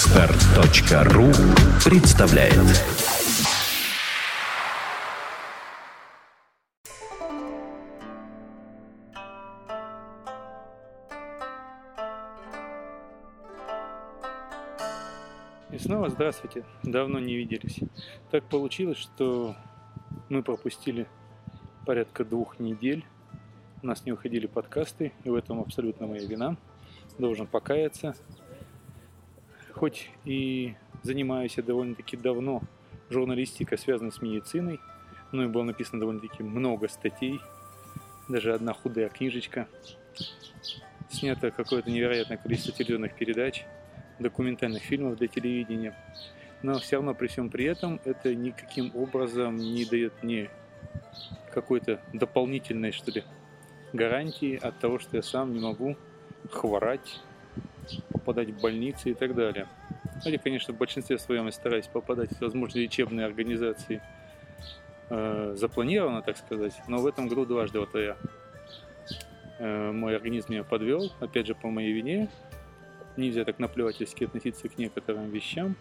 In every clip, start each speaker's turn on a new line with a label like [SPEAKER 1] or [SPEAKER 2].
[SPEAKER 1] Отстар.ру представляет
[SPEAKER 2] И снова здравствуйте. Давно не виделись. Так получилось, что мы пропустили порядка двух недель. У нас не выходили подкасты, и в этом абсолютно моя вина должен покаяться. Хоть и занимаюсь я довольно-таки давно журналистика, связанной с медициной, ну и было написано довольно-таки много статей, даже одна худая книжечка, снято какое-то невероятное количество телевизионных передач, документальных фильмов для телевидения. Но все равно при всем при этом это никаким образом не дает мне какой-то дополнительной, что ли, гарантии от того, что я сам не могу хворать, попадать в больницы и так далее. Хотя, конечно, в большинстве своем я стараюсь попадать в возможные лечебные организации э, запланировано, так сказать, но в этом году дважды вот я э, мой организм меня подвел, опять же, по моей вине. Нельзя так наплевательски относиться к некоторым вещам,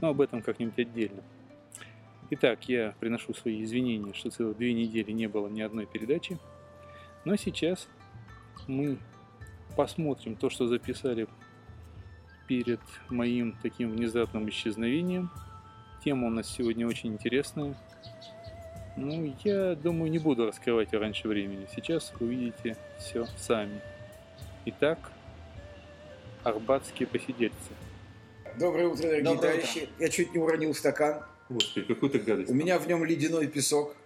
[SPEAKER 2] но об этом как-нибудь отдельно. Итак, я приношу свои извинения, что целых две недели не было ни одной передачи, но сейчас мы посмотрим то, что записали перед моим таким внезапным исчезновением. Тема у нас сегодня очень интересная. Ну, я думаю, не буду раскрывать ее раньше времени. Сейчас увидите все сами. Итак, арбатские посидельцы.
[SPEAKER 3] Доброе утро, дорогие
[SPEAKER 4] Доброе утро.
[SPEAKER 3] товарищи. Я чуть не уронил стакан.
[SPEAKER 5] Господи, какую ты гадость.
[SPEAKER 3] У меня в нем ледяной песок.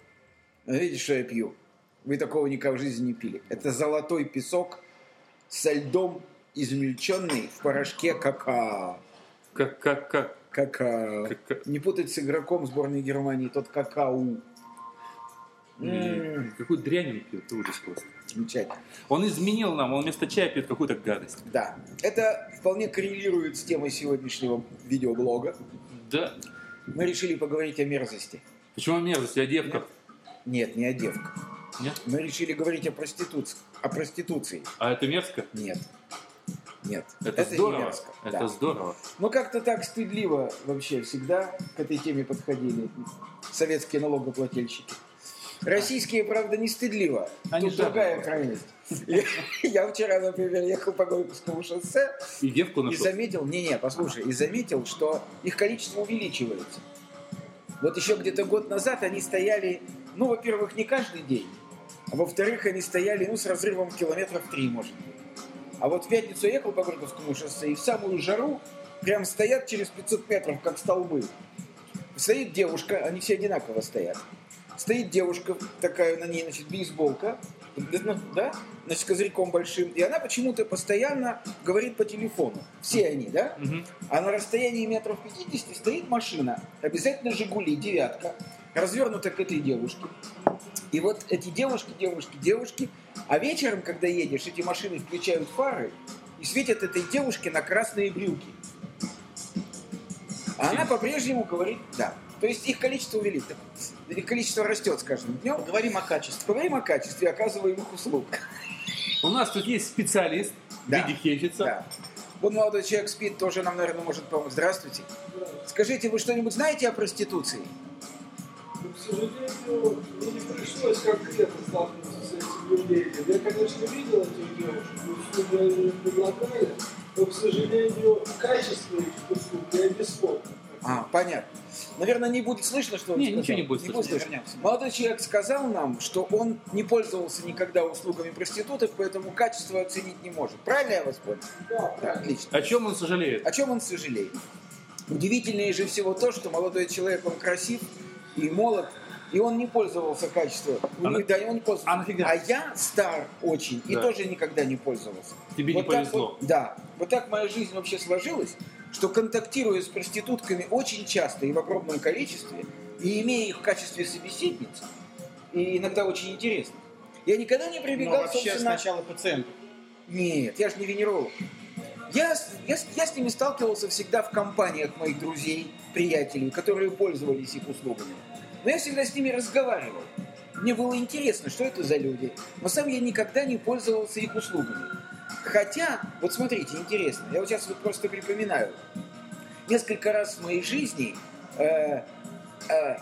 [SPEAKER 3] Видите, что я пью? Вы такого никогда в жизни не пили. Это золотой песок со льдом, измельченный в порошке какао.
[SPEAKER 5] Как, как, как?
[SPEAKER 3] Какао.
[SPEAKER 5] Кака-
[SPEAKER 3] Не путать с игроком сборной Германии, тот какао. М,
[SPEAKER 5] М, Какую дрянь он пьет, это ужас просто.
[SPEAKER 3] Замечательно.
[SPEAKER 5] Он изменил нам, он вместо чая пьет какую-то гадость.
[SPEAKER 3] Да, это вполне коррелирует с темой сегодняшнего видеоблога.
[SPEAKER 5] Да.
[SPEAKER 3] Мы решили поговорить о мерзости.
[SPEAKER 5] Почему мерзость? Я девка.
[SPEAKER 3] Нет, не о девках.
[SPEAKER 5] Нет?
[SPEAKER 3] Мы решили говорить о проституции. О проституции.
[SPEAKER 5] А это мерзко?
[SPEAKER 3] Нет. Нет.
[SPEAKER 5] Это,
[SPEAKER 3] не
[SPEAKER 5] здорово.
[SPEAKER 3] мерзко,
[SPEAKER 5] это
[SPEAKER 3] да.
[SPEAKER 5] здорово.
[SPEAKER 3] Мы Ну, как-то так стыдливо вообще всегда к этой теме подходили. Советские налогоплательщики. Российские, правда, не стыдливо.
[SPEAKER 5] Они
[SPEAKER 3] Тут
[SPEAKER 5] жадные.
[SPEAKER 3] другая крайность. Я, я вчера, например, ехал по Горьковскому шоссе
[SPEAKER 5] И девку
[SPEAKER 3] и
[SPEAKER 5] нашел.
[SPEAKER 3] заметил, не-не, послушай, и заметил, что их количество увеличивается. Вот еще где-то год назад они стояли, ну, во-первых, не каждый день, а во-вторых, они стояли, ну, с разрывом километров три, может быть. А вот в пятницу я ехал по Горьковскому шоссе, и в самую жару прям стоят через 500 метров, как столбы. Стоит девушка, они все одинаково стоят. Стоит девушка такая, на ней, значит, бейсболка, ну, да, значит, с козырьком большим. И она почему-то постоянно говорит по телефону. Все они, да?
[SPEAKER 5] Мгм.
[SPEAKER 3] А на расстоянии метров 50 стоит машина, обязательно «Жигули», «девятка», развернута к этой девушке. И вот эти девушки, девушки, девушки, а вечером, когда едешь, эти машины включают фары и светят этой девушке на красные брюки. А она по-прежнему говорит «да». То есть их количество увеличится, их количество растет с каждым днем. Говорим о качестве. Говорим о качестве оказываемых услуг.
[SPEAKER 5] У нас тут есть специалист в
[SPEAKER 3] Да.
[SPEAKER 5] виде хефица.
[SPEAKER 3] Да. Вот молодой человек спит, тоже нам, наверное, может помочь. Здравствуйте. Скажите, вы что-нибудь знаете о проституции?
[SPEAKER 6] Ну, К сожалению, мне не пришлось конкретно столкнуться с этим явлением. Я, конечно, видел этих девушек, и услуги они им предлагали, но, к сожалению, качество их услуг я не смог.
[SPEAKER 3] А, понятно. Наверное, не будет слышно, что он
[SPEAKER 5] Не,
[SPEAKER 3] сказал.
[SPEAKER 5] ничего не будет слышно.
[SPEAKER 3] слышно. Молодой человек сказал нам, что он не пользовался никогда услугами проституток, поэтому качество оценить не может. Правильно я вас понял?
[SPEAKER 6] Да,
[SPEAKER 3] Да, отлично.
[SPEAKER 5] О чем он сожалеет?
[SPEAKER 3] О чем он сожалеет? Удивительнее же всего то, что молодой человек, он красив и молод, и он не пользовался качеством. У
[SPEAKER 5] А
[SPEAKER 3] них-
[SPEAKER 5] на-
[SPEAKER 3] да, и он не пользовался.
[SPEAKER 5] а нафига?
[SPEAKER 3] А я стар очень и
[SPEAKER 5] Да.
[SPEAKER 3] тоже никогда не пользовался.
[SPEAKER 5] Тебе не
[SPEAKER 3] так
[SPEAKER 5] повезло.
[SPEAKER 3] вот- да. Вот так моя жизнь вообще сложилась, что контактируя с проститутками очень часто и в огромном количестве, и имея их в качестве собеседниц, и иногда очень интересно. Я никогда не
[SPEAKER 4] Ну, а
[SPEAKER 5] Ну, а
[SPEAKER 3] прибегал, собственно,
[SPEAKER 4] пациент.
[SPEAKER 3] нет, я же не венеролог. Я, с- я, с- я с ними сталкивался всегда в компаниях моих друзей, приятелей, которые пользовались их услугами. Но я всегда с ними разговаривал. Мне было интересно, что это за люди. Но сам я никогда не пользовался их услугами. Хотя, вот смотрите, интересно, я вот сейчас вот просто припоминаю. Несколько раз в моей жизни э, э,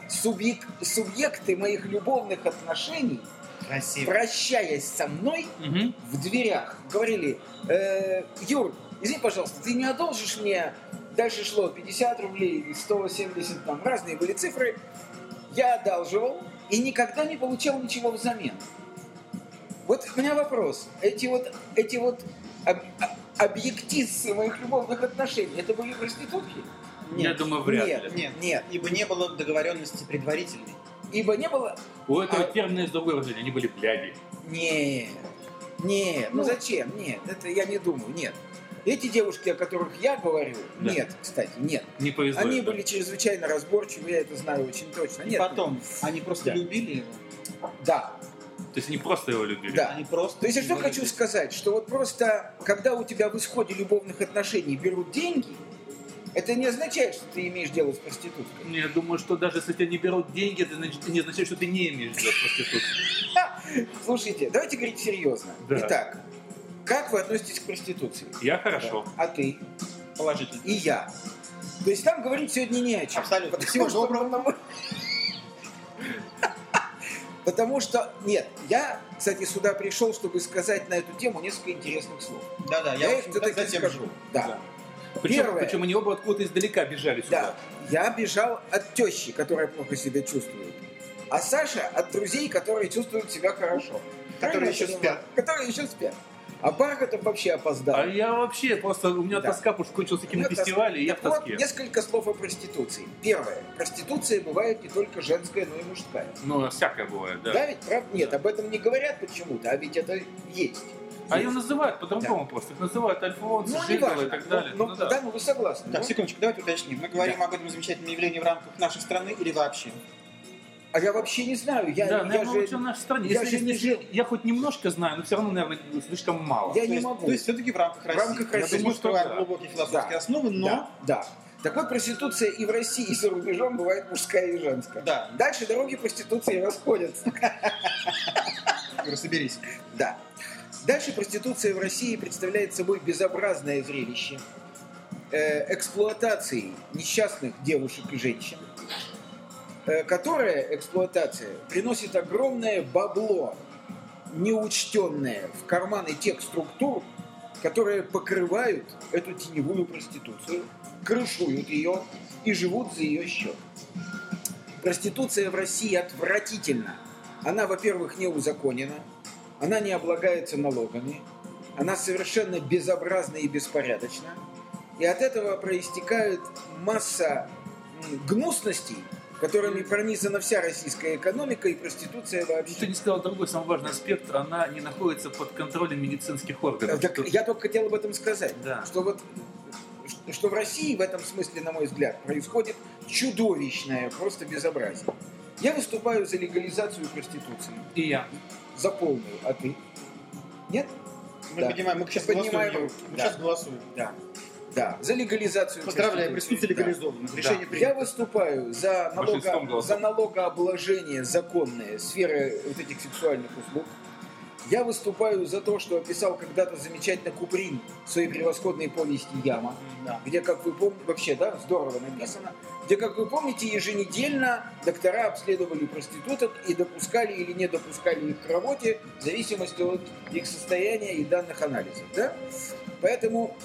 [SPEAKER 3] субъек- субъекты моих любовных отношений,
[SPEAKER 4] Красиво.
[SPEAKER 3] прощаясь со мной,
[SPEAKER 5] Мгм.
[SPEAKER 3] в дверях говорили, «Э, Юр, извини, пожалуйста, ты не одолжишь мне, дальше шло 50 рублей, или 170, там разные были цифры, я одалживал и никогда не получал ничего взамен. Вот у меня вопрос, эти вот, эти вот об- а- объективцы моих любовных отношений, это были проститутки?
[SPEAKER 5] Я думаю, вряд
[SPEAKER 3] нет,
[SPEAKER 5] ли.
[SPEAKER 4] Нет.
[SPEAKER 3] Нет,
[SPEAKER 4] Ибо не было договоренности предварительной.
[SPEAKER 3] ибо не было...
[SPEAKER 5] У этого
[SPEAKER 3] А-
[SPEAKER 5] термина есть другое выражение. Они были бляди.
[SPEAKER 3] Нет, нет, ну зачем? Нет, это я не думаю, нет. Эти девушки, о которых я говорю,
[SPEAKER 5] Да.
[SPEAKER 3] нет, кстати, нет.
[SPEAKER 5] Не повезло.
[SPEAKER 3] Они
[SPEAKER 5] это.
[SPEAKER 3] были чрезвычайно разборчивы, я это знаю очень точно.
[SPEAKER 4] И
[SPEAKER 3] Нет,
[SPEAKER 4] потом. Они просто
[SPEAKER 3] Да.
[SPEAKER 4] любили его.
[SPEAKER 3] Да,
[SPEAKER 5] То есть они просто его любили.
[SPEAKER 3] да.
[SPEAKER 4] Они а просто.
[SPEAKER 3] То есть я что
[SPEAKER 4] любили.
[SPEAKER 3] хочу сказать, что вот просто, когда у тебя в исходе любовных отношений берут деньги, это не означает, что ты имеешь дело с проституткой.
[SPEAKER 5] Ну, Я думаю, что даже если тебя не берут деньги, это значит- не означает, что ты не имеешь дело с проституцией.
[SPEAKER 3] Слушайте, давайте говорить серьезно.
[SPEAKER 5] Да.
[SPEAKER 3] Итак, как вы относитесь к проституции?
[SPEAKER 5] Я хорошо.
[SPEAKER 3] А ты?
[SPEAKER 4] Положительно.
[SPEAKER 3] и я. То есть там говорить сегодня не о чем.
[SPEAKER 4] Абсолютно.
[SPEAKER 3] Потому
[SPEAKER 4] Всего
[SPEAKER 3] что- Потому... Потому что, нет, я, кстати, сюда пришел, чтобы сказать на эту тему несколько интересных слов.
[SPEAKER 4] Да-да, А я, в
[SPEAKER 3] их
[SPEAKER 4] общем, так
[SPEAKER 3] все-таки
[SPEAKER 4] затем
[SPEAKER 3] скажу.
[SPEAKER 4] же.
[SPEAKER 3] Да.
[SPEAKER 5] Причем,
[SPEAKER 3] Первое.
[SPEAKER 5] причем они оба откуда-то издалека бежали
[SPEAKER 3] да.
[SPEAKER 5] сюда.
[SPEAKER 3] Я бежал от тещи, которая плохо себя чувствует. А Саша от друзей, которые чувствуют себя хорошо. Правильно
[SPEAKER 4] Которые
[SPEAKER 3] я
[SPEAKER 4] еще
[SPEAKER 3] понимаю?
[SPEAKER 4] спят.
[SPEAKER 3] Которые еще спят. А Бархатов вообще опоздал.
[SPEAKER 5] А я вообще просто... У меня
[SPEAKER 3] Да.
[SPEAKER 5] тоска, потому что кончился
[SPEAKER 3] Ну,
[SPEAKER 5] кинофестиваль,
[SPEAKER 3] это-
[SPEAKER 5] и я в
[SPEAKER 3] так вот,
[SPEAKER 5] тоске.
[SPEAKER 3] несколько слов о проституции. Первое. Проституция бывает не только женская, но и мужская.
[SPEAKER 5] Ну, всякое бывает, да.
[SPEAKER 3] Да, ведь правда? Нет, об этом не говорят почему-то, а ведь это есть.
[SPEAKER 5] А ее называют по-другому просто. Их называют альфонсы,
[SPEAKER 3] Ну, не
[SPEAKER 5] жиголо
[SPEAKER 3] важно.
[SPEAKER 5] и так далее.
[SPEAKER 3] Ну,
[SPEAKER 5] Ну,
[SPEAKER 3] да, ну вы согласны.
[SPEAKER 4] Так,
[SPEAKER 3] Ну,
[SPEAKER 4] секундочку, давайте уточним. Мы говорим об этом замечательном явлении в рамках нашей страны или вообще?
[SPEAKER 3] А я вообще не знаю. Я,
[SPEAKER 5] да, ну,
[SPEAKER 3] я
[SPEAKER 5] наверное,
[SPEAKER 3] же-
[SPEAKER 5] лучше в нашей стране.
[SPEAKER 3] я
[SPEAKER 5] Если
[SPEAKER 3] же не
[SPEAKER 5] если-
[SPEAKER 3] жил.
[SPEAKER 5] я хоть немножко знаю, но все равно, наверное, слишком мало.
[SPEAKER 3] я
[SPEAKER 4] то
[SPEAKER 3] не
[SPEAKER 4] есть,
[SPEAKER 3] могу.
[SPEAKER 4] То есть все-таки в рамках России.
[SPEAKER 3] рамках
[SPEAKER 4] Я
[SPEAKER 3] России,
[SPEAKER 4] думаю,
[SPEAKER 5] что
[SPEAKER 4] что
[SPEAKER 5] да.
[SPEAKER 4] глубокие философские
[SPEAKER 3] Да.
[SPEAKER 4] основы, но...
[SPEAKER 3] Да, да. Так вот, проституция и в России, и за рубежом бывает мужская и женская.
[SPEAKER 4] Да.
[SPEAKER 3] Дальше дороги проституции расходятся.
[SPEAKER 4] Юра, соберись.
[SPEAKER 3] Да. Дальше проституция в России представляет собой безобразное зрелище э, эксплуатации несчастных девушек и женщин, э, которая эксплуатация приносит огромное бабло, неучтенное в карманы тех структур, которые покрывают эту теневую проституцию, крышуют ее и живут за ее счет. Проституция в России отвратительна. Она, во-первых, не узаконена, она не облагается налогами, она совершенно безобразна и беспорядочна, и от этого проистекает масса м, гнусностей, которыми пронизана вся российская экономика и проституция
[SPEAKER 5] Ну, Ты
[SPEAKER 3] вообще.
[SPEAKER 5] не сказал другой самый важный аспект. Она не находится под контролем медицинских
[SPEAKER 3] Э,
[SPEAKER 5] органов.
[SPEAKER 3] Так
[SPEAKER 5] Тут-
[SPEAKER 3] я только хотел об этом сказать,
[SPEAKER 5] Да.
[SPEAKER 3] что вот что в России в этом смысле, на мой взгляд, происходит чудовищное просто безобразие. Я выступаю за легализацию проституции,
[SPEAKER 5] И я.
[SPEAKER 3] за полную, а ты? Нет?
[SPEAKER 4] Мы
[SPEAKER 3] Да.
[SPEAKER 4] поднимаем, мы сейчас
[SPEAKER 3] Поднимаем
[SPEAKER 4] голосуем. Юра.
[SPEAKER 3] руки.
[SPEAKER 4] Мы
[SPEAKER 3] Да.
[SPEAKER 4] сейчас голосуем.
[SPEAKER 3] Да. Да, за легализацию
[SPEAKER 4] Поздравляю, присутствие
[SPEAKER 3] Да.
[SPEAKER 4] легализовано. Решение
[SPEAKER 3] Я
[SPEAKER 4] принято.
[SPEAKER 3] выступаю за,
[SPEAKER 5] Большинством
[SPEAKER 3] налого-
[SPEAKER 5] голосов.
[SPEAKER 3] за налогообложение законной сферы вот этих сексуальных услуг. Я выступаю за то, что описал когда-то замечательно Куприн в своей превосходной повести «Яма»,
[SPEAKER 4] Да.
[SPEAKER 3] где, как вы помните, вообще, да, здорово написано, где, как вы помните, еженедельно доктора обследовали проституток и допускали или не допускали их к работе в зависимости от их состояния и данных анализов, да? Поэтому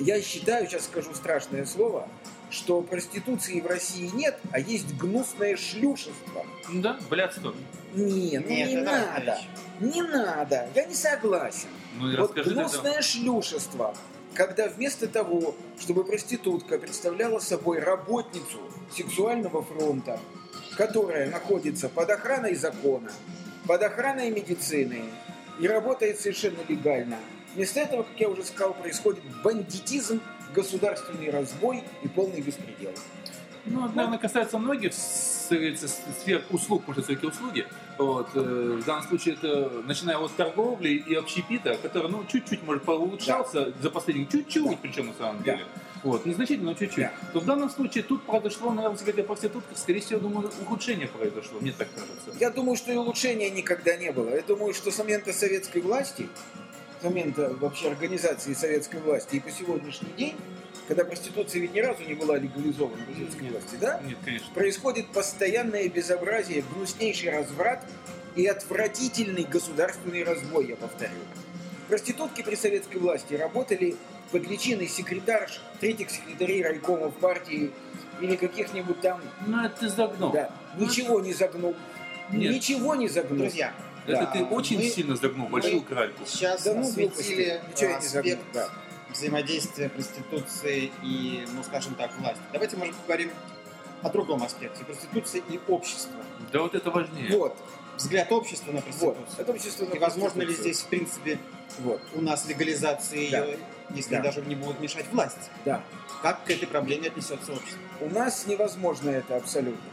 [SPEAKER 3] я считаю, сейчас скажу страшное слово, что проституции в России нет, а есть гнусное шлюшество.
[SPEAKER 5] Ну Да, блядство.
[SPEAKER 3] Не, ну
[SPEAKER 4] Нет,
[SPEAKER 3] не
[SPEAKER 4] это разная
[SPEAKER 3] надо.
[SPEAKER 4] вещь.
[SPEAKER 3] Не надо. Я не согласен.
[SPEAKER 5] Ну и
[SPEAKER 3] Вот
[SPEAKER 5] расскажи тогда.
[SPEAKER 3] гнусное шлюшество, когда вместо того, чтобы проститутка представляла собой работницу сексуального фронта, которая находится под охраной закона, под охраной медицины и работает совершенно легально, вместо этого, как я уже сказал, происходит бандитизм, государственный разбой и полный беспредел.
[SPEAKER 5] Ну, это, наверное, касается многих с- как говорится, с- сфер услуг, потому что все-таки услуги. Вот, э, в данном случае это начиная от торговли и общепита, который, ну, чуть-чуть, может, поулучшался за последние, чуть-чуть,
[SPEAKER 3] Да.
[SPEAKER 5] причем, на самом
[SPEAKER 3] Да.
[SPEAKER 5] деле. Вот, незначительно, но чуть-чуть.
[SPEAKER 3] Да.
[SPEAKER 5] То в данном случае тут произошло, наверное, если говорить о проститутках, скорее всего, думаю, ухудшение произошло, мне так кажется.
[SPEAKER 3] Я думаю, что и улучшения никогда не было. Я думаю, что с момента советской власти момента вообще организации советской власти и по сегодняшний день, когда проституция ведь ни разу не была легализована в советской власти, да?
[SPEAKER 5] Нет, конечно.
[SPEAKER 3] Происходит постоянное безобразие, гнуснейший разврат и отвратительный государственный разбой, я повторю. Проститутки при советской власти работали под личиной секретарш, третьих секретарей райкомов партии или каких-нибудь там...
[SPEAKER 5] Ну, это ты загнул.
[SPEAKER 3] Да, ничего не загнул.
[SPEAKER 5] Нет.
[SPEAKER 3] Ничего не загнул.
[SPEAKER 4] Друзья,
[SPEAKER 5] Это
[SPEAKER 3] Да.
[SPEAKER 5] ты очень
[SPEAKER 4] Мы-
[SPEAKER 5] сильно загнул большую
[SPEAKER 4] мы-
[SPEAKER 5] кральку.
[SPEAKER 4] сейчас
[SPEAKER 3] Да ну,
[SPEAKER 4] осветили э,
[SPEAKER 3] глупости. Ничего я не
[SPEAKER 4] аспект
[SPEAKER 3] загнул, да.
[SPEAKER 4] взаимодействия проституции и, ну, скажем так, власти. Давайте, может, поговорим о другом аспекте. Проституции и общества.
[SPEAKER 5] Да вот это важнее.
[SPEAKER 3] Вот,
[SPEAKER 4] Взгляд общества на
[SPEAKER 3] вот.
[SPEAKER 4] проституцию.
[SPEAKER 3] Это общество на
[SPEAKER 4] И возможно ли
[SPEAKER 3] проституцию.
[SPEAKER 4] здесь, в принципе,
[SPEAKER 3] Вот,
[SPEAKER 4] у нас легализации
[SPEAKER 3] Да.
[SPEAKER 4] ее, если
[SPEAKER 3] Да.
[SPEAKER 4] даже не будут мешать власть?
[SPEAKER 3] да.
[SPEAKER 4] Как к этой проблеме отнесется общество?
[SPEAKER 3] У нас невозможно это абсолютно.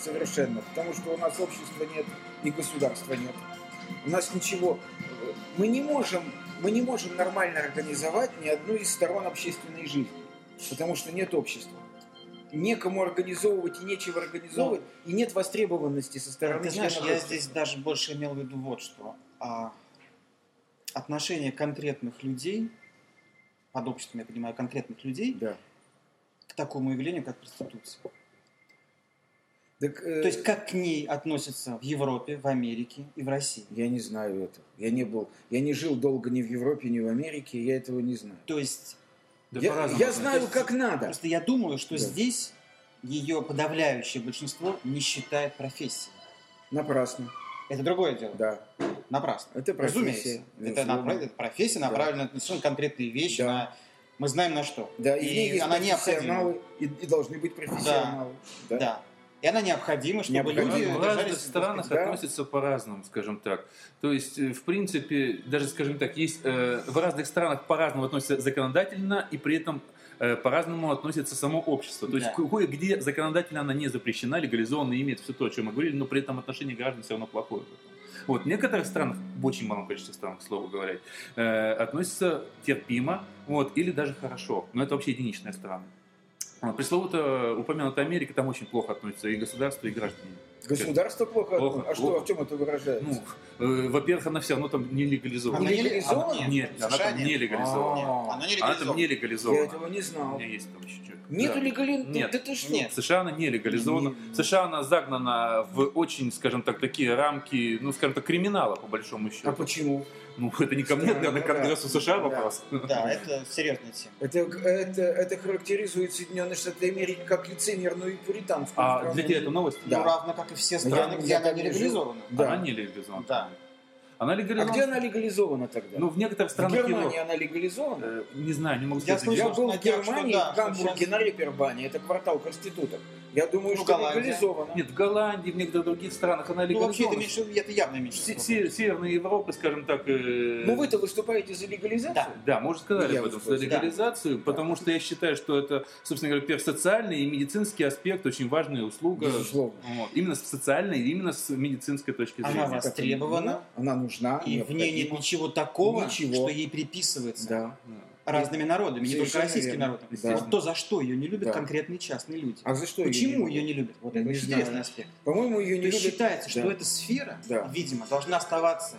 [SPEAKER 3] Совершенно. Потому что у нас общества нет и государства нет. У нас ничего. Мы не можем, мы не можем нормально организовать ни одну из сторон общественной жизни. Потому что нет общества. Некому организовывать и нечего организовывать. и нет востребованности со стороны
[SPEAKER 4] Ну. Ты знаешь,
[SPEAKER 3] членов
[SPEAKER 4] я
[SPEAKER 3] общества.
[SPEAKER 4] здесь даже больше имел в виду вот что. А, отношение конкретных людей, под обществом я понимаю конкретных людей,
[SPEAKER 3] Да.
[SPEAKER 4] к такому явлению, как проституция.
[SPEAKER 3] Так, э,
[SPEAKER 4] То есть как к ней относятся в Европе, в Америке и в России.
[SPEAKER 3] Я не знаю этого. Я не был, я не жил долго ни в Европе, ни в Америке, я этого не знаю.
[SPEAKER 4] То есть
[SPEAKER 5] Да
[SPEAKER 3] я
[SPEAKER 5] по-разному.
[SPEAKER 3] я знаю, как надо.
[SPEAKER 4] просто я думаю, что
[SPEAKER 3] Да.
[SPEAKER 4] здесь ее подавляющее большинство не считает профессией.
[SPEAKER 3] Напрасно.
[SPEAKER 4] Это другое дело.
[SPEAKER 3] Да.
[SPEAKER 4] Напрасно.
[SPEAKER 3] Это профессия.
[SPEAKER 4] Разумеется. Это,
[SPEAKER 3] безусловно.
[SPEAKER 4] направ- это профессия,
[SPEAKER 3] Да.
[SPEAKER 4] направлена на совершенно конкретные вещи.
[SPEAKER 3] Да.
[SPEAKER 4] на- Мы знаем на что.
[SPEAKER 3] Да, и, в ней
[SPEAKER 4] и
[SPEAKER 3] есть
[SPEAKER 4] она необходима.
[SPEAKER 3] профессионалы, и, и должны быть профессионалы. Да.
[SPEAKER 4] Да. И она необходима, чтобы
[SPEAKER 3] Необходима.
[SPEAKER 4] люди
[SPEAKER 3] Разные
[SPEAKER 5] В
[SPEAKER 4] держались
[SPEAKER 5] разных странах
[SPEAKER 3] да.
[SPEAKER 5] относятся по-разному, скажем так. То есть, э, в принципе, даже, скажем так, есть э, в разных странах по-разному относятся законодательно, и при этом э, по-разному относится само общество. То есть,
[SPEAKER 4] Да.
[SPEAKER 5] кое-где законодательно она не запрещена, легализована, имеет все то, о чем мы говорили, но при этом отношение граждан все равно плохое. Вот, в некоторых странах, в очень малом количестве стран, к слову говоря, э, относятся терпимо, вот, или даже хорошо. Но это вообще единичные страны. А, Пресловутая упомянутая Америка, там очень плохо относятся и государство, и граждане.
[SPEAKER 3] Государство плохо.
[SPEAKER 5] Плохо,
[SPEAKER 3] А что,
[SPEAKER 5] плохо.
[SPEAKER 3] в чем это выражается?
[SPEAKER 5] Ну, э, во-первых, она все равно там не
[SPEAKER 4] Она
[SPEAKER 5] легализована.
[SPEAKER 4] не
[SPEAKER 3] легализована? А,
[SPEAKER 4] легализована?
[SPEAKER 5] Нет, она там не легализована.
[SPEAKER 4] Нет, Она не
[SPEAKER 5] Она там
[SPEAKER 4] легализована.
[SPEAKER 5] не
[SPEAKER 3] я
[SPEAKER 5] легализована.
[SPEAKER 3] этого не
[SPEAKER 5] У
[SPEAKER 3] знал.
[SPEAKER 5] меня есть там еще человек.
[SPEAKER 3] Нету
[SPEAKER 5] Да.
[SPEAKER 3] легалин...
[SPEAKER 5] Нет.
[SPEAKER 3] Да ты что?
[SPEAKER 4] Нет.
[SPEAKER 5] В США она не легализована.
[SPEAKER 3] Не-
[SPEAKER 5] В США она загнана в очень, скажем так, такие рамки, ну, скажем так, криминала, по большому счету.
[SPEAKER 3] А почему?
[SPEAKER 5] Ну, это не ко мне,
[SPEAKER 3] Да,
[SPEAKER 5] наверное,
[SPEAKER 3] да,
[SPEAKER 5] к Конгрессу
[SPEAKER 3] да.
[SPEAKER 5] США
[SPEAKER 3] Да.
[SPEAKER 5] вопрос.
[SPEAKER 4] Да, это серьезная тема.
[SPEAKER 3] Это, это, это характеризует Соединенные Штаты Америки как лицемерную и пуританскую
[SPEAKER 5] А
[SPEAKER 3] страну.
[SPEAKER 5] для тебя это новость?
[SPEAKER 3] Да.
[SPEAKER 4] Ну, равно как и все
[SPEAKER 3] Но
[SPEAKER 4] страны,
[SPEAKER 3] я-
[SPEAKER 4] где
[SPEAKER 3] я
[SPEAKER 4] она
[SPEAKER 3] там
[SPEAKER 4] не
[SPEAKER 3] не жил.
[SPEAKER 4] легализована.
[SPEAKER 3] Да.
[SPEAKER 5] Она не легализована.
[SPEAKER 4] Да.
[SPEAKER 5] Она
[SPEAKER 3] А
[SPEAKER 5] легализована.
[SPEAKER 3] где она легализована тогда?
[SPEAKER 5] Ну, в некоторых
[SPEAKER 3] в
[SPEAKER 5] странах
[SPEAKER 3] Германии
[SPEAKER 5] Европы.
[SPEAKER 3] она легализована?
[SPEAKER 5] Э, Не знаю, не могу
[SPEAKER 4] Я
[SPEAKER 5] сказать.
[SPEAKER 4] слышал,
[SPEAKER 3] Я
[SPEAKER 4] что
[SPEAKER 3] был
[SPEAKER 4] на
[SPEAKER 3] в
[SPEAKER 4] днях, что
[SPEAKER 3] Германии,
[SPEAKER 4] да,
[SPEAKER 3] в
[SPEAKER 4] что
[SPEAKER 3] Гамбурге,
[SPEAKER 4] сейчас-
[SPEAKER 3] на Репербане. Это квартал проституток. Я думаю,
[SPEAKER 4] Ну,
[SPEAKER 3] что
[SPEAKER 4] Голландия.
[SPEAKER 3] легализована.
[SPEAKER 5] Нет, в Голландии, в некоторых других странах она
[SPEAKER 4] Ну, вообще это,
[SPEAKER 5] легализована.
[SPEAKER 4] меньше, это явно меньше.
[SPEAKER 5] Се- се- Северная Европа, скажем так... э,
[SPEAKER 3] Ну, вы-то выступаете за легализацию?
[SPEAKER 4] Да.
[SPEAKER 5] Да, мы уже сказали
[SPEAKER 3] Я
[SPEAKER 5] об этом, за
[SPEAKER 3] высказываюсь, да.
[SPEAKER 5] легализацию, потому что я считаю, что это, собственно говоря, во-первых, социальный и медицинский аспект очень важная услуга.
[SPEAKER 3] Безусловно.
[SPEAKER 5] Вот. Именно с социальной, и именно с медицинской точки
[SPEAKER 4] Она
[SPEAKER 5] зрения.
[SPEAKER 4] вас- востребована.
[SPEAKER 3] Она нужна.
[SPEAKER 4] И в ней нет
[SPEAKER 3] необходима.
[SPEAKER 4] ничего такого,
[SPEAKER 3] Ничего.
[SPEAKER 4] что ей приписывается
[SPEAKER 3] Да.
[SPEAKER 4] разными народами, не только
[SPEAKER 3] Совершенно
[SPEAKER 4] российским
[SPEAKER 3] верно.
[SPEAKER 4] народом.
[SPEAKER 3] Да.
[SPEAKER 4] Вот то, за что ее не любят
[SPEAKER 3] Да.
[SPEAKER 4] конкретные частные люди.
[SPEAKER 3] А за что её
[SPEAKER 4] Почему ее
[SPEAKER 3] любят?
[SPEAKER 4] не любят? Вот
[SPEAKER 3] Я
[SPEAKER 4] это
[SPEAKER 3] не
[SPEAKER 4] очень
[SPEAKER 3] знаю.
[SPEAKER 4] интересный аспект.
[SPEAKER 3] По-моему, ее
[SPEAKER 4] То
[SPEAKER 3] не
[SPEAKER 4] есть
[SPEAKER 3] любят.
[SPEAKER 4] считается, что
[SPEAKER 3] Да.
[SPEAKER 4] эта сфера,
[SPEAKER 3] Да.
[SPEAKER 4] видимо, должна оставаться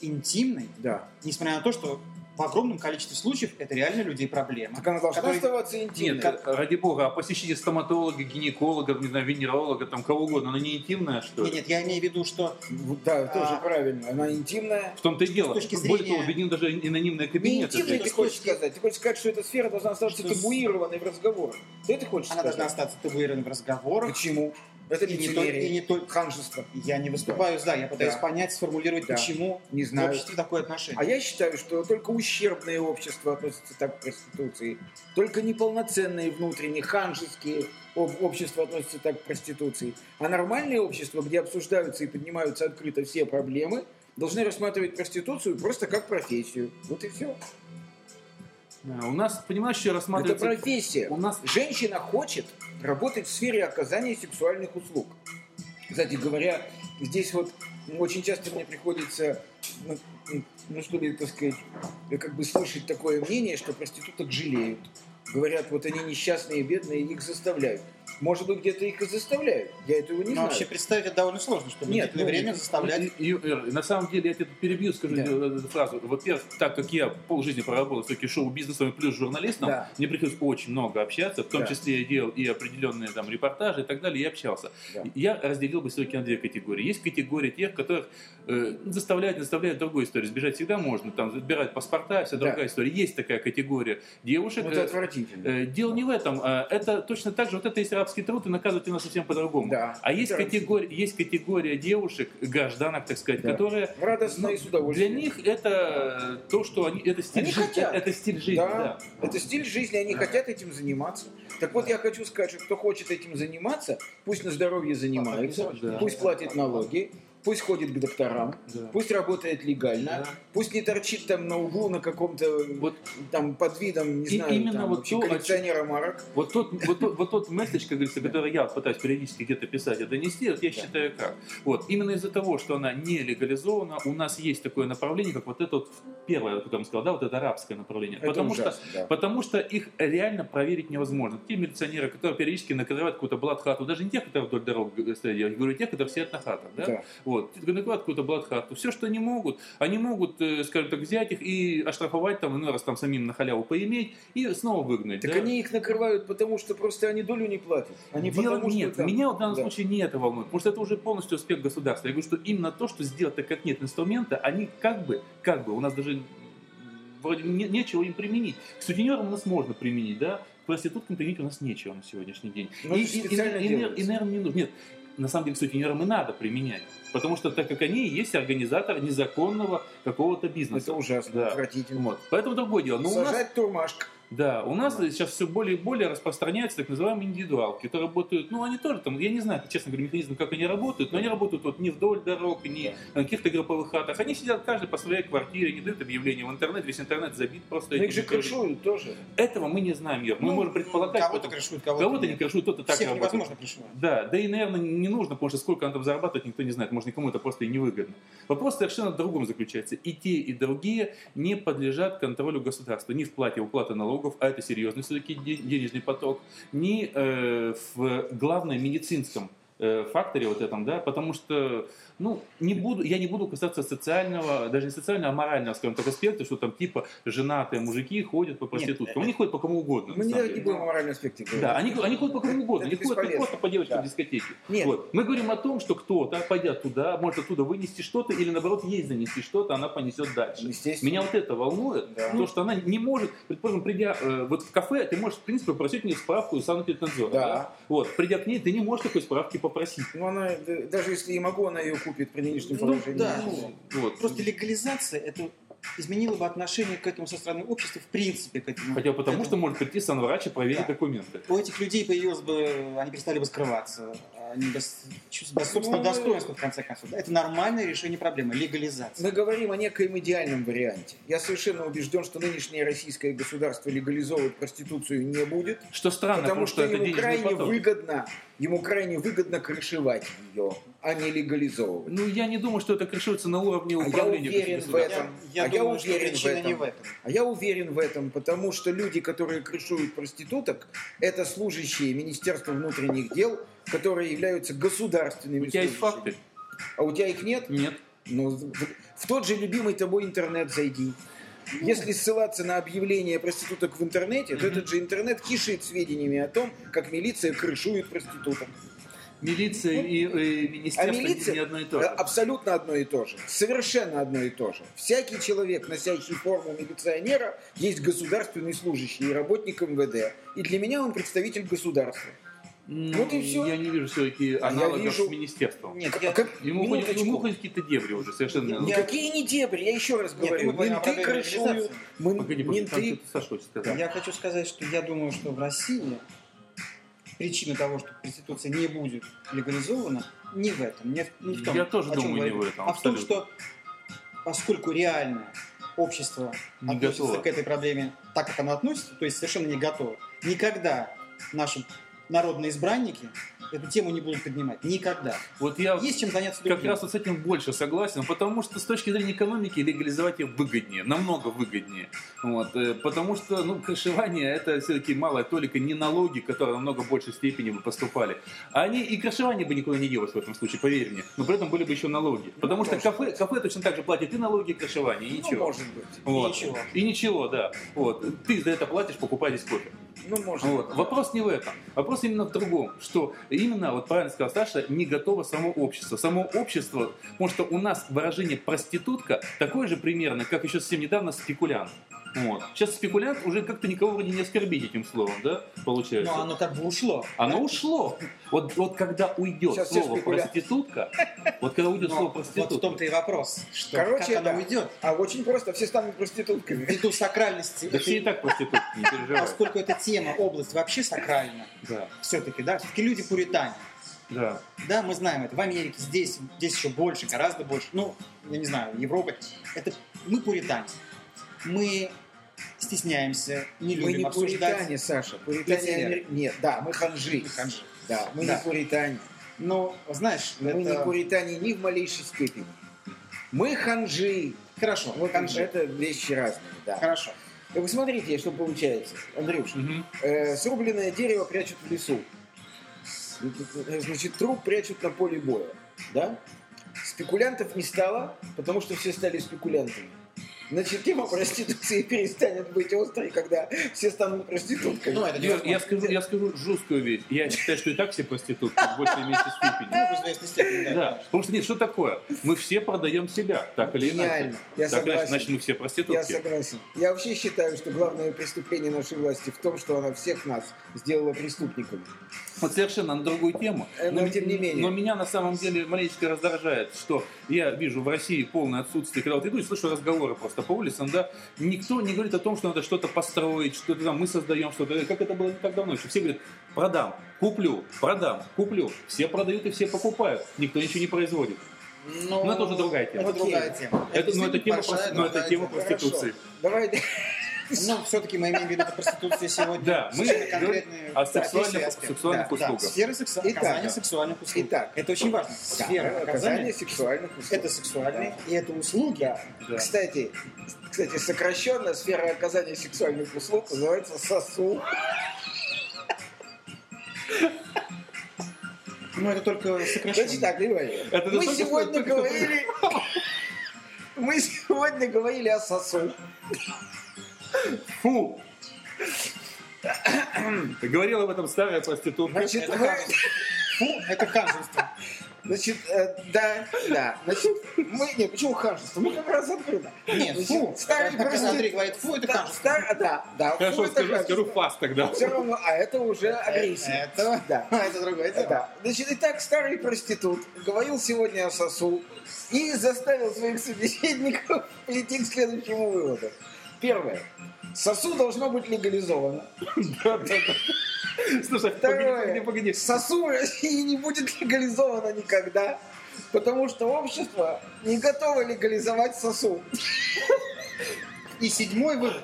[SPEAKER 4] интимной,
[SPEAKER 3] Да.
[SPEAKER 4] несмотря на то, что в огромном количестве случаев это реально людей проблема.
[SPEAKER 3] Так она должна
[SPEAKER 4] Который-
[SPEAKER 3] оставаться интимной.
[SPEAKER 5] Нет, э, ради бога, а посещение стоматолога, гинеколога, не знаю, венеролога, там кого угодно, она не интимная,
[SPEAKER 3] а
[SPEAKER 5] что
[SPEAKER 4] Нет,
[SPEAKER 5] ли?
[SPEAKER 4] нет, я имею в виду, что
[SPEAKER 3] Вот, Да, тоже
[SPEAKER 4] А.
[SPEAKER 3] правильно. Она интимная.
[SPEAKER 5] В том-то и дело.
[SPEAKER 4] точки
[SPEAKER 5] Более
[SPEAKER 4] зрения-
[SPEAKER 5] того, введен даже анонимные
[SPEAKER 3] Не
[SPEAKER 5] кабинеты.
[SPEAKER 3] интимной
[SPEAKER 4] Ну, это
[SPEAKER 3] ты
[SPEAKER 4] с
[SPEAKER 3] хочешь
[SPEAKER 4] точки-
[SPEAKER 3] сказать. Ты хочешь сказать, что эта сфера должна оставаться
[SPEAKER 4] Что с-
[SPEAKER 3] табуированной в разговорах. Ты это хочешь
[SPEAKER 4] она должна
[SPEAKER 3] сказать?
[SPEAKER 4] остаться табуированной в разговорах.
[SPEAKER 3] Почему? Это
[SPEAKER 4] И не, только, и
[SPEAKER 3] лицемерие.
[SPEAKER 4] не только...
[SPEAKER 3] Ханжество.
[SPEAKER 4] Я не выступаю за, я пытаюсь
[SPEAKER 3] Да.
[SPEAKER 4] понять, сформулировать,
[SPEAKER 3] Да.
[SPEAKER 4] почему
[SPEAKER 3] Не
[SPEAKER 4] в
[SPEAKER 3] знаю.
[SPEAKER 4] обществе такое отношение.
[SPEAKER 3] А я считаю, что только ущербное общество относится так к проституции. Только неполноценные внутренние, ханжеские об- общества относятся так к проституции. А нормальные общества, где обсуждаются и поднимаются открыто все проблемы, должны рассматривать проституцию просто как профессию. Вот и все.
[SPEAKER 5] Э, У нас, понимаешь, еще
[SPEAKER 3] Это
[SPEAKER 5] рассматривается...
[SPEAKER 3] профессия.
[SPEAKER 5] У нас
[SPEAKER 3] Женщина хочет работать в сфере оказания сексуальных услуг. Кстати говоря, здесь вот очень часто мне приходится, ну, ну, что ли, так сказать, как бы слышать такое мнение, что проституток жалеют. Говорят, вот они несчастные, бедные, их заставляют. Может быть, где-то их и заставляют. Я этого не
[SPEAKER 4] Ну,
[SPEAKER 3] знаю.
[SPEAKER 4] вообще представить это довольно сложно, что в
[SPEAKER 3] Нет,
[SPEAKER 4] длительное
[SPEAKER 3] ну,
[SPEAKER 4] время заставлять...
[SPEAKER 5] И- и- Ир, на самом деле, я тебя тут перебью, скажу э,
[SPEAKER 3] Да.
[SPEAKER 5] эту фразу. Во-первых, так как я полжизни проработал все-таки шоу-бизнесом и плюс журналистом,
[SPEAKER 3] Да.
[SPEAKER 5] мне приходилось очень много общаться, в том
[SPEAKER 3] Да.
[SPEAKER 5] числе я делал и определенные там репортажи и так далее, я общался.
[SPEAKER 3] Да.
[SPEAKER 5] Я разделил бы все-таки на две категории. Есть категория тех, которых э, заставляют, не заставляют другую историю. Сбежать всегда можно, там, забирать паспорта, вся
[SPEAKER 3] Да.
[SPEAKER 5] другая история. Есть такая категория девушек.
[SPEAKER 3] Ну,
[SPEAKER 5] э,
[SPEAKER 3] это отвратительно.
[SPEAKER 5] Э, Дело не в этом. а Это точно так же. Вот это есть рабский труд, и наказывать у нас совсем по-другому.
[SPEAKER 3] Да.
[SPEAKER 5] А есть
[SPEAKER 3] Да.
[SPEAKER 5] категория, есть категория девушек, гражданок, так сказать,
[SPEAKER 3] Да.
[SPEAKER 5] которые...
[SPEAKER 3] Радостно и с
[SPEAKER 5] ну, Для
[SPEAKER 3] удовольствием.
[SPEAKER 5] них это то, что они... Это стиль,
[SPEAKER 3] Они
[SPEAKER 5] жи-
[SPEAKER 3] хотят.
[SPEAKER 5] Это стиль жизни,
[SPEAKER 3] Да,
[SPEAKER 5] да.
[SPEAKER 3] это стиль жизни, они хотят этим заниматься. Так вот, я хочу сказать, что кто хочет этим заниматься, пусть на здоровье занимается,
[SPEAKER 5] Да.
[SPEAKER 3] пусть платит налоги, пусть ходит к докторам,
[SPEAKER 5] Да.
[SPEAKER 3] пусть работает легально,
[SPEAKER 5] Да.
[SPEAKER 3] пусть не торчит там на углу на каком-то
[SPEAKER 5] Вот,
[SPEAKER 3] там под видом, не
[SPEAKER 5] И
[SPEAKER 3] знаю,
[SPEAKER 5] именно
[SPEAKER 3] там,
[SPEAKER 5] вот
[SPEAKER 3] вообще
[SPEAKER 5] то, о чем-
[SPEAKER 3] коллекционера марок.
[SPEAKER 5] вот, тот, вот, тот, вот тот месседж, как говорится, который я пытаюсь периодически где-то писать и донести, вот я считаю как. Вот, именно из-за того, что она не легализована, у нас есть такое направление, как вот это вот первое, я потом сказал, да, вот это арабское направление.
[SPEAKER 3] Это
[SPEAKER 5] Потому что
[SPEAKER 3] ужасно, да.
[SPEAKER 5] Потому что их реально проверить невозможно. Те милиционеры, которые периодически накрывают какую-то блатхату, даже не тех, которые вдоль дорог э, стоят, я говорю, те, которые сидят на хатах, да?
[SPEAKER 3] Да.
[SPEAKER 5] Вот, накрывают какую-то блатхату. Все, что они могут, они могут, э, скажем так, взять их и оштрафовать, там, ну, раз там самим на халяву поиметь, и снова выгнать,
[SPEAKER 3] Так
[SPEAKER 5] да?
[SPEAKER 3] они их накрывают, потому что просто они долю не платят. Они
[SPEAKER 5] Дело
[SPEAKER 3] потому, что
[SPEAKER 5] нет,
[SPEAKER 3] там-
[SPEAKER 5] меня вот в данном
[SPEAKER 3] Да.
[SPEAKER 5] случае не это волнует, потому что это уже полностью успех государства. Я говорю, что именно то, что сделать, так как нет инструмента, они как бы, как бы, у нас даже вроде не- нечего им применить. К сутенерам у нас можно применить, да, к проституткам применить у нас нечего на сегодняшний день.
[SPEAKER 3] Ну, это же специально
[SPEAKER 5] и- и-
[SPEAKER 3] делается.
[SPEAKER 5] и, наверное, не нужно. Нет, на самом деле к сутенерам и надо применять, потому что так как они и есть организатор незаконного какого-то
[SPEAKER 3] Это
[SPEAKER 5] бизнеса.
[SPEAKER 3] ужасно,
[SPEAKER 5] Да.
[SPEAKER 3] отвратительно.
[SPEAKER 5] Вот. Поэтому другое дело. Но у нас
[SPEAKER 3] Сажать турмашка.
[SPEAKER 5] да, у нас сейчас все более и более распространяются так называемые индивидуалки, которые работают, ну, они тоже там, я не знаю, честно говоря, механизм, как они работают, но они работают вот не вдоль дорог, не на каких-то групповых хатах. Они сидят каждый по своей квартире, не дают объявления в интернет, весь интернет забит просто.
[SPEAKER 3] Ну,
[SPEAKER 5] этими
[SPEAKER 3] их же
[SPEAKER 5] объявлениями.
[SPEAKER 3] крышуют тоже.
[SPEAKER 5] Этого мы не знаем, Юр. Мы
[SPEAKER 4] Ну,
[SPEAKER 5] можем предполагать.
[SPEAKER 4] Кого-то
[SPEAKER 5] потому-
[SPEAKER 4] крышуют, кого-то,
[SPEAKER 5] Кого-то не
[SPEAKER 4] нет.
[SPEAKER 5] крышуют, кто-то так
[SPEAKER 4] Всех
[SPEAKER 5] работает.
[SPEAKER 4] невозможно крышевать.
[SPEAKER 5] Да, да и, наверное, не нужно, потому что сколько он там зарабатывает, никто не знает. Может, никому это просто и невыгодно. Вопрос совершенно в другом заключается. И те, и другие не подлежат контролю государства. Ни в плате уплаты налогов, а это серьезный все-таки денежный поток, ни э, в главное медицинском э, факторе вот этом, да, потому что, ну, не буду, я не буду касаться социального, даже не социального, а морального, скажем так, аспекта, что там типа женатые мужики ходят по проституткам, они ходят по кому
[SPEAKER 3] э,
[SPEAKER 5] угодно.
[SPEAKER 3] Мы
[SPEAKER 5] на
[SPEAKER 3] не,
[SPEAKER 5] самом
[SPEAKER 3] не
[SPEAKER 5] деле.
[SPEAKER 3] будем о моральном аспекте говорить.
[SPEAKER 5] Да, они, они ходят по кому угодно, они
[SPEAKER 3] Э, Это
[SPEAKER 5] ходят
[SPEAKER 3] бесполезно.
[SPEAKER 5] просто по девочкам
[SPEAKER 3] Да.
[SPEAKER 5] в дискотеке.
[SPEAKER 3] Нет.
[SPEAKER 5] Вот. Мы говорим о том, что кто-то, пойдя туда, может оттуда вынести что-то, или наоборот, ей занести что-то, она понесет дальше.
[SPEAKER 3] ну, Естественно.
[SPEAKER 5] Меня вот это волнует,
[SPEAKER 3] Да.
[SPEAKER 5] то, что она не может, предположим, придя э, вот в кафе, ты можешь, в принципе, попросить у нее справку из санэпиднадзора.
[SPEAKER 3] Да.
[SPEAKER 5] Вот, придя к ней, ты не можешь такой справки попросить.
[SPEAKER 3] Ну, она, д- даже если и могу, она ее купит при нынешнем
[SPEAKER 4] Ну,
[SPEAKER 3] положении.
[SPEAKER 4] да.
[SPEAKER 5] Вот.
[SPEAKER 4] Просто легализация это изменило бы отношение к этому со стороны общества в принципе к этому.
[SPEAKER 5] Хотя потому,
[SPEAKER 4] к
[SPEAKER 5] что
[SPEAKER 4] этому.
[SPEAKER 5] может прийти санврач и проверить
[SPEAKER 4] Да.
[SPEAKER 5] документы.
[SPEAKER 4] у этих людей появилось бы, они перестали бы скрываться, они бы с- чувство собственного
[SPEAKER 3] Ну,
[SPEAKER 4] достоинства в конце концов. Это нормальное решение проблемы, легализация.
[SPEAKER 3] Мы говорим о некоем идеальном варианте. Я совершенно убежден, что нынешнее российское государство легализовывать проституцию не будет,
[SPEAKER 5] Что странно,
[SPEAKER 3] потому что,
[SPEAKER 5] это
[SPEAKER 3] ему
[SPEAKER 5] денежный
[SPEAKER 3] крайне
[SPEAKER 5] поток.
[SPEAKER 3] выгодно, ему крайне выгодно крышевать ее, а не легализовывать.
[SPEAKER 5] Ну, я не думаю, что это крышуется на уровне
[SPEAKER 3] А я
[SPEAKER 5] управления
[SPEAKER 3] уверен в
[SPEAKER 5] государством.
[SPEAKER 3] этом.
[SPEAKER 4] Я, я
[SPEAKER 3] А я
[SPEAKER 4] думаю, что
[SPEAKER 3] уверен в
[SPEAKER 4] причина
[SPEAKER 3] этом.
[SPEAKER 4] не в этом.
[SPEAKER 3] А я уверен в этом, потому что люди, которые крышуют проституток, это служащие Министерства внутренних дел, которые являются государственными
[SPEAKER 5] У тебя есть
[SPEAKER 3] служащими.
[SPEAKER 5] факты?
[SPEAKER 3] А у тебя их нет?
[SPEAKER 5] Нет.
[SPEAKER 3] Ну, в в тот же любимый тобой интернет зайди. Если ссылаться на объявление проституток в интернете, то этот же интернет кишит сведениями о том, как милиция крышует проституток.
[SPEAKER 5] Милиция и, и
[SPEAKER 3] А
[SPEAKER 5] министерство
[SPEAKER 3] милиция
[SPEAKER 5] не одно и то же.
[SPEAKER 3] э, абсолютно одно и то же. Совершенно одно и то же. Всякий человек, носящий форму милиционера, есть государственный служащий и работник МВД. И для меня он представитель государства.
[SPEAKER 5] Ну,
[SPEAKER 3] вот и всё.
[SPEAKER 5] Я не вижу все-таки
[SPEAKER 3] А я
[SPEAKER 5] аналогов
[SPEAKER 3] вижу-
[SPEAKER 5] с министерством.
[SPEAKER 4] Нет,
[SPEAKER 3] Как-
[SPEAKER 4] я,
[SPEAKER 3] как-
[SPEAKER 5] Ему ходят,
[SPEAKER 3] минуточку.
[SPEAKER 5] ему ходят какие-то дебри уже совершенно.
[SPEAKER 4] Я-
[SPEAKER 3] Какие не дебри, я еще раз
[SPEAKER 4] Нет,
[SPEAKER 3] говорю.
[SPEAKER 4] мы говорим о
[SPEAKER 3] менты
[SPEAKER 4] проблеме
[SPEAKER 3] крышуют,
[SPEAKER 4] легализации.
[SPEAKER 3] мен-
[SPEAKER 5] Погоди, погоди, там
[SPEAKER 3] менты
[SPEAKER 5] что-то Саша хочет сказать.
[SPEAKER 4] я хочу сказать, что я думаю, что в России причина того, что проституция не будет легализована, не в этом. Не в, не в том,
[SPEAKER 5] Я тоже
[SPEAKER 4] о чем
[SPEAKER 5] думаю, не
[SPEAKER 4] говорю.
[SPEAKER 5] в этом,
[SPEAKER 4] А в том,
[SPEAKER 5] абсолютно.
[SPEAKER 4] что поскольку реально общество
[SPEAKER 5] Не
[SPEAKER 4] относится
[SPEAKER 5] готово.
[SPEAKER 4] к этой проблеме так, как оно относится, то есть совершенно не готово, никогда наши народные избранники эту тему не будут поднимать. Никогда.
[SPEAKER 5] Вот я
[SPEAKER 4] Есть чем заняться
[SPEAKER 5] как
[SPEAKER 4] другим.
[SPEAKER 5] раз вот с этим больше согласен, потому что с точки зрения экономики легализовать ее выгоднее, намного выгоднее. Вот, э, потому что, ну, крышевание это все-таки малая толика, не налоги, которые намного большей степени бы поступали. А они и крышевание бы никуда не делось в этом случае, поверь мне. Но при этом были бы еще налоги. Потому что кафе, кафе точно так же платит и налоги, и крышевание, и
[SPEAKER 3] Ну,
[SPEAKER 5] ничего.
[SPEAKER 3] может быть.
[SPEAKER 5] Вот.
[SPEAKER 4] ничего.
[SPEAKER 5] И ничего, да. Вот. Ты за это платишь, покупай здесь кофе.
[SPEAKER 3] Ну, может
[SPEAKER 5] Вот.
[SPEAKER 3] быть.
[SPEAKER 5] Вопрос не в этом. Вопрос именно в другом. Что именно, вот правильно сказал Саша, не готово само общество. Само общество, потому что у нас выражение проститутка такое же примерно, как еще совсем недавно спекулянт. Вот. Сейчас спекулянт уже как-то никого вроде не оскорбить этим словом, да, получается.
[SPEAKER 4] Но Ну, оно как бы ушло.
[SPEAKER 5] Оно ушло. Вот, вот когда уйдет
[SPEAKER 3] Сейчас все
[SPEAKER 5] слово
[SPEAKER 3] спекулянты.
[SPEAKER 5] проститутка, вот когда
[SPEAKER 3] Ну,
[SPEAKER 5] уйдет
[SPEAKER 4] Но
[SPEAKER 5] слово
[SPEAKER 4] вот в
[SPEAKER 5] проститутка,
[SPEAKER 4] том-то и вопрос, что
[SPEAKER 3] Короче,
[SPEAKER 4] как оно
[SPEAKER 3] да.
[SPEAKER 4] уйдет.
[SPEAKER 3] А очень просто, все станут проститутками.
[SPEAKER 4] Ввиду сакральности,
[SPEAKER 5] да
[SPEAKER 4] этой-
[SPEAKER 5] все и так проститутки, не переживай.
[SPEAKER 4] поскольку эта тема, область вообще сакральна,
[SPEAKER 5] Да,
[SPEAKER 4] все-таки, да, все-таки люди пуритане.
[SPEAKER 5] да.
[SPEAKER 4] Да, мы знаем это. В Америке здесь, здесь еще больше, гораздо больше. Ну, я не знаю, Европа. Это мы пуритане. Мы стесняемся, не
[SPEAKER 3] Мы
[SPEAKER 4] любим
[SPEAKER 3] не
[SPEAKER 4] обсуждать.
[SPEAKER 3] пуритане, Саша. Пуритане...
[SPEAKER 4] Лицемеры.
[SPEAKER 3] они- Нет, да, мы ханжи.
[SPEAKER 4] Ханжи.
[SPEAKER 3] Да, мы
[SPEAKER 4] Да.
[SPEAKER 3] не пуритане.
[SPEAKER 4] Но, знаешь,
[SPEAKER 3] Мы
[SPEAKER 4] это...
[SPEAKER 3] не пуритане ни в малейшей степени. Мы ханжи.
[SPEAKER 4] Хорошо,
[SPEAKER 3] Вот
[SPEAKER 4] ханжи.
[SPEAKER 3] это вещи разные, да. Э,
[SPEAKER 4] Хорошо.
[SPEAKER 3] Вы смотрите, что получается, Андрюш.
[SPEAKER 5] Мгм.
[SPEAKER 3] Э, срубленное дерево прячут в лесу. Э, Значит, труп прячут на поле боя. Да? Спекулянтов не стало, потому что все стали спекулянтами. Значит, тема проституции перестанет быть острой, когда все станут проститутками.
[SPEAKER 4] Ну, это
[SPEAKER 5] Я,
[SPEAKER 4] невозможно.
[SPEAKER 5] я скажу, я скажу жесткую вещь. Я считаю, что и так все проститутки в большей или меньшей степени.
[SPEAKER 4] Ну, в известной степени, да.
[SPEAKER 5] Да, потому что нет, что такое? Мы все продаем себя, так или иначе.
[SPEAKER 3] Гениально. Я
[SPEAKER 5] Так или иначе,
[SPEAKER 3] согласен.
[SPEAKER 5] значит, мы все
[SPEAKER 3] Я
[SPEAKER 5] проститутки.
[SPEAKER 3] согласен. Я вообще считаю, что главное преступление нашей власти в том, что она всех нас сделала преступниками.
[SPEAKER 5] Вот совершенно на другую тему.
[SPEAKER 3] Э, но тем не менее.
[SPEAKER 5] Но меня на самом деле маленечко раздражает, что я вижу в России полное отсутствие, когда вот иду и слышу разговоры просто по улицам, да, никто не говорит о том, что надо что-то построить, что-то там мы создаем, что-то, Э, как это было не так давно еще. Все говорят, продам, куплю, продам, куплю. Все продают и все покупают. Никто ничего не производит.
[SPEAKER 4] Но...
[SPEAKER 5] Ну, это уже другая тема.
[SPEAKER 4] Это
[SPEAKER 3] Окей.
[SPEAKER 4] другая тема.
[SPEAKER 5] Это, ну, это
[SPEAKER 4] действительно
[SPEAKER 5] тема,
[SPEAKER 4] большая
[SPEAKER 5] прост- ну, это
[SPEAKER 4] другая
[SPEAKER 5] тема
[SPEAKER 4] тема.
[SPEAKER 5] проституции.
[SPEAKER 3] Давай
[SPEAKER 4] Ну, все-таки мы имеем в виду это проституция сегодня.
[SPEAKER 5] Да, мы
[SPEAKER 4] Совершенно
[SPEAKER 5] говорим
[SPEAKER 4] конкретные
[SPEAKER 5] о
[SPEAKER 4] профессии,
[SPEAKER 5] сексуальных-
[SPEAKER 4] аспекты.
[SPEAKER 5] сексуальных
[SPEAKER 4] Да, да.
[SPEAKER 5] услугах.
[SPEAKER 4] Сфера секса-
[SPEAKER 3] Итак,
[SPEAKER 4] оказания
[SPEAKER 3] да.
[SPEAKER 4] сексуальных услуг.
[SPEAKER 3] Итак.
[SPEAKER 4] это очень важно. Сфера
[SPEAKER 3] оказание
[SPEAKER 4] оказания
[SPEAKER 3] сексуальных услуг.
[SPEAKER 4] это сексуальные, и это услуги.
[SPEAKER 5] Да.
[SPEAKER 3] Кстати, кстати, сокращенно сфера оказания сексуальных услуг называется сосу.
[SPEAKER 4] Но Ну, это только сокращенно.
[SPEAKER 3] Значит так, Ливания,
[SPEAKER 5] Это
[SPEAKER 3] мы
[SPEAKER 5] настолько
[SPEAKER 3] сегодня
[SPEAKER 5] сложно, как это
[SPEAKER 3] говорили... Мы сегодня говорили о сосу.
[SPEAKER 5] Фу! Говорила об этом старая проститутка.
[SPEAKER 3] Значит,
[SPEAKER 4] Это
[SPEAKER 3] мы-
[SPEAKER 4] ханжество. Фу, это ханжество.
[SPEAKER 3] значит э, да, да. Значит, мы... Не, почему ханжество? Мы как раз открыто.
[SPEAKER 4] Нет,
[SPEAKER 3] Значит,
[SPEAKER 4] фу.
[SPEAKER 3] старый
[SPEAKER 4] Как
[SPEAKER 3] проститут-
[SPEAKER 4] Андрей говорит, фу, это
[SPEAKER 3] Да,
[SPEAKER 4] ханжество.
[SPEAKER 3] стар- да, да.
[SPEAKER 5] Хорошо, скажу, скажу фас тогда.
[SPEAKER 3] Все равно, а это уже агрессия.
[SPEAKER 4] Это,
[SPEAKER 3] Да.
[SPEAKER 4] это другое дело.
[SPEAKER 3] Да. Значит, итак, старый проститут говорил сегодня о сосу и заставил своих собеседников прийти к следующему выводу. Первое. Сосу должно быть легализовано.
[SPEAKER 5] Слушай, погоди, погоди,
[SPEAKER 3] Второе.
[SPEAKER 5] погоди.
[SPEAKER 3] Сосу в России не будет легализовано никогда, потому что общество не готово легализовать сосу.
[SPEAKER 4] И седьмой вывод.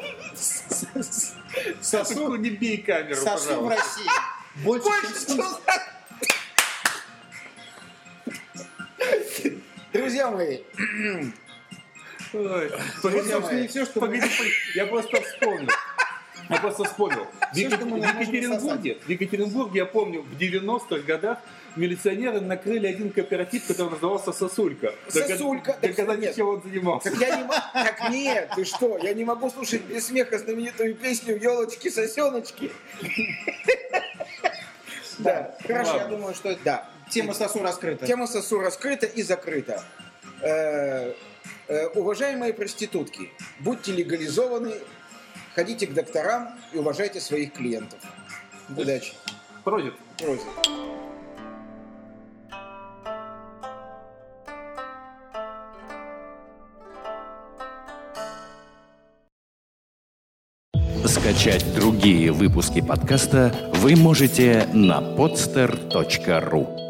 [SPEAKER 5] Сосу, не бей камеру,
[SPEAKER 4] Сосу в
[SPEAKER 5] пожалуйста.
[SPEAKER 4] России. Больше, чем
[SPEAKER 3] Больше, чем
[SPEAKER 4] сосу.
[SPEAKER 3] сосу. Друзья мои,
[SPEAKER 5] Ой, погоди,
[SPEAKER 4] собственно,
[SPEAKER 5] погоди,
[SPEAKER 4] и всё, что мы-
[SPEAKER 5] погоди, погоди. я просто вспомнил. Я просто вспомнил. В,
[SPEAKER 4] Всё, что мы
[SPEAKER 5] Екатер- в
[SPEAKER 4] можем
[SPEAKER 5] Екатеринбурге, в Екатеринбурге, я помню, в 90-х годах милиционеры накрыли один кооператив, который назывался «Сосулька».
[SPEAKER 3] Сосулька, да,
[SPEAKER 5] Доказать,
[SPEAKER 3] нет.
[SPEAKER 5] чем он занимался.
[SPEAKER 3] Так я не могу. Так нет, ты что? Я не могу слушать без смеха знаменитую песню елочки сосеночки. Да, хорошо, я
[SPEAKER 5] Ладно.
[SPEAKER 3] думаю, что это да.
[SPEAKER 4] Тема сосу раскрыта.
[SPEAKER 3] Тема сосу раскрыта и закрыта. Э, э, Уважаемые проститутки, будьте легализованы, ходите к докторам и уважайте своих клиентов. Удачи.
[SPEAKER 5] Пройдет.
[SPEAKER 3] Просьба.
[SPEAKER 1] Скачать другие выпуски подкаста вы можете на podster.ru.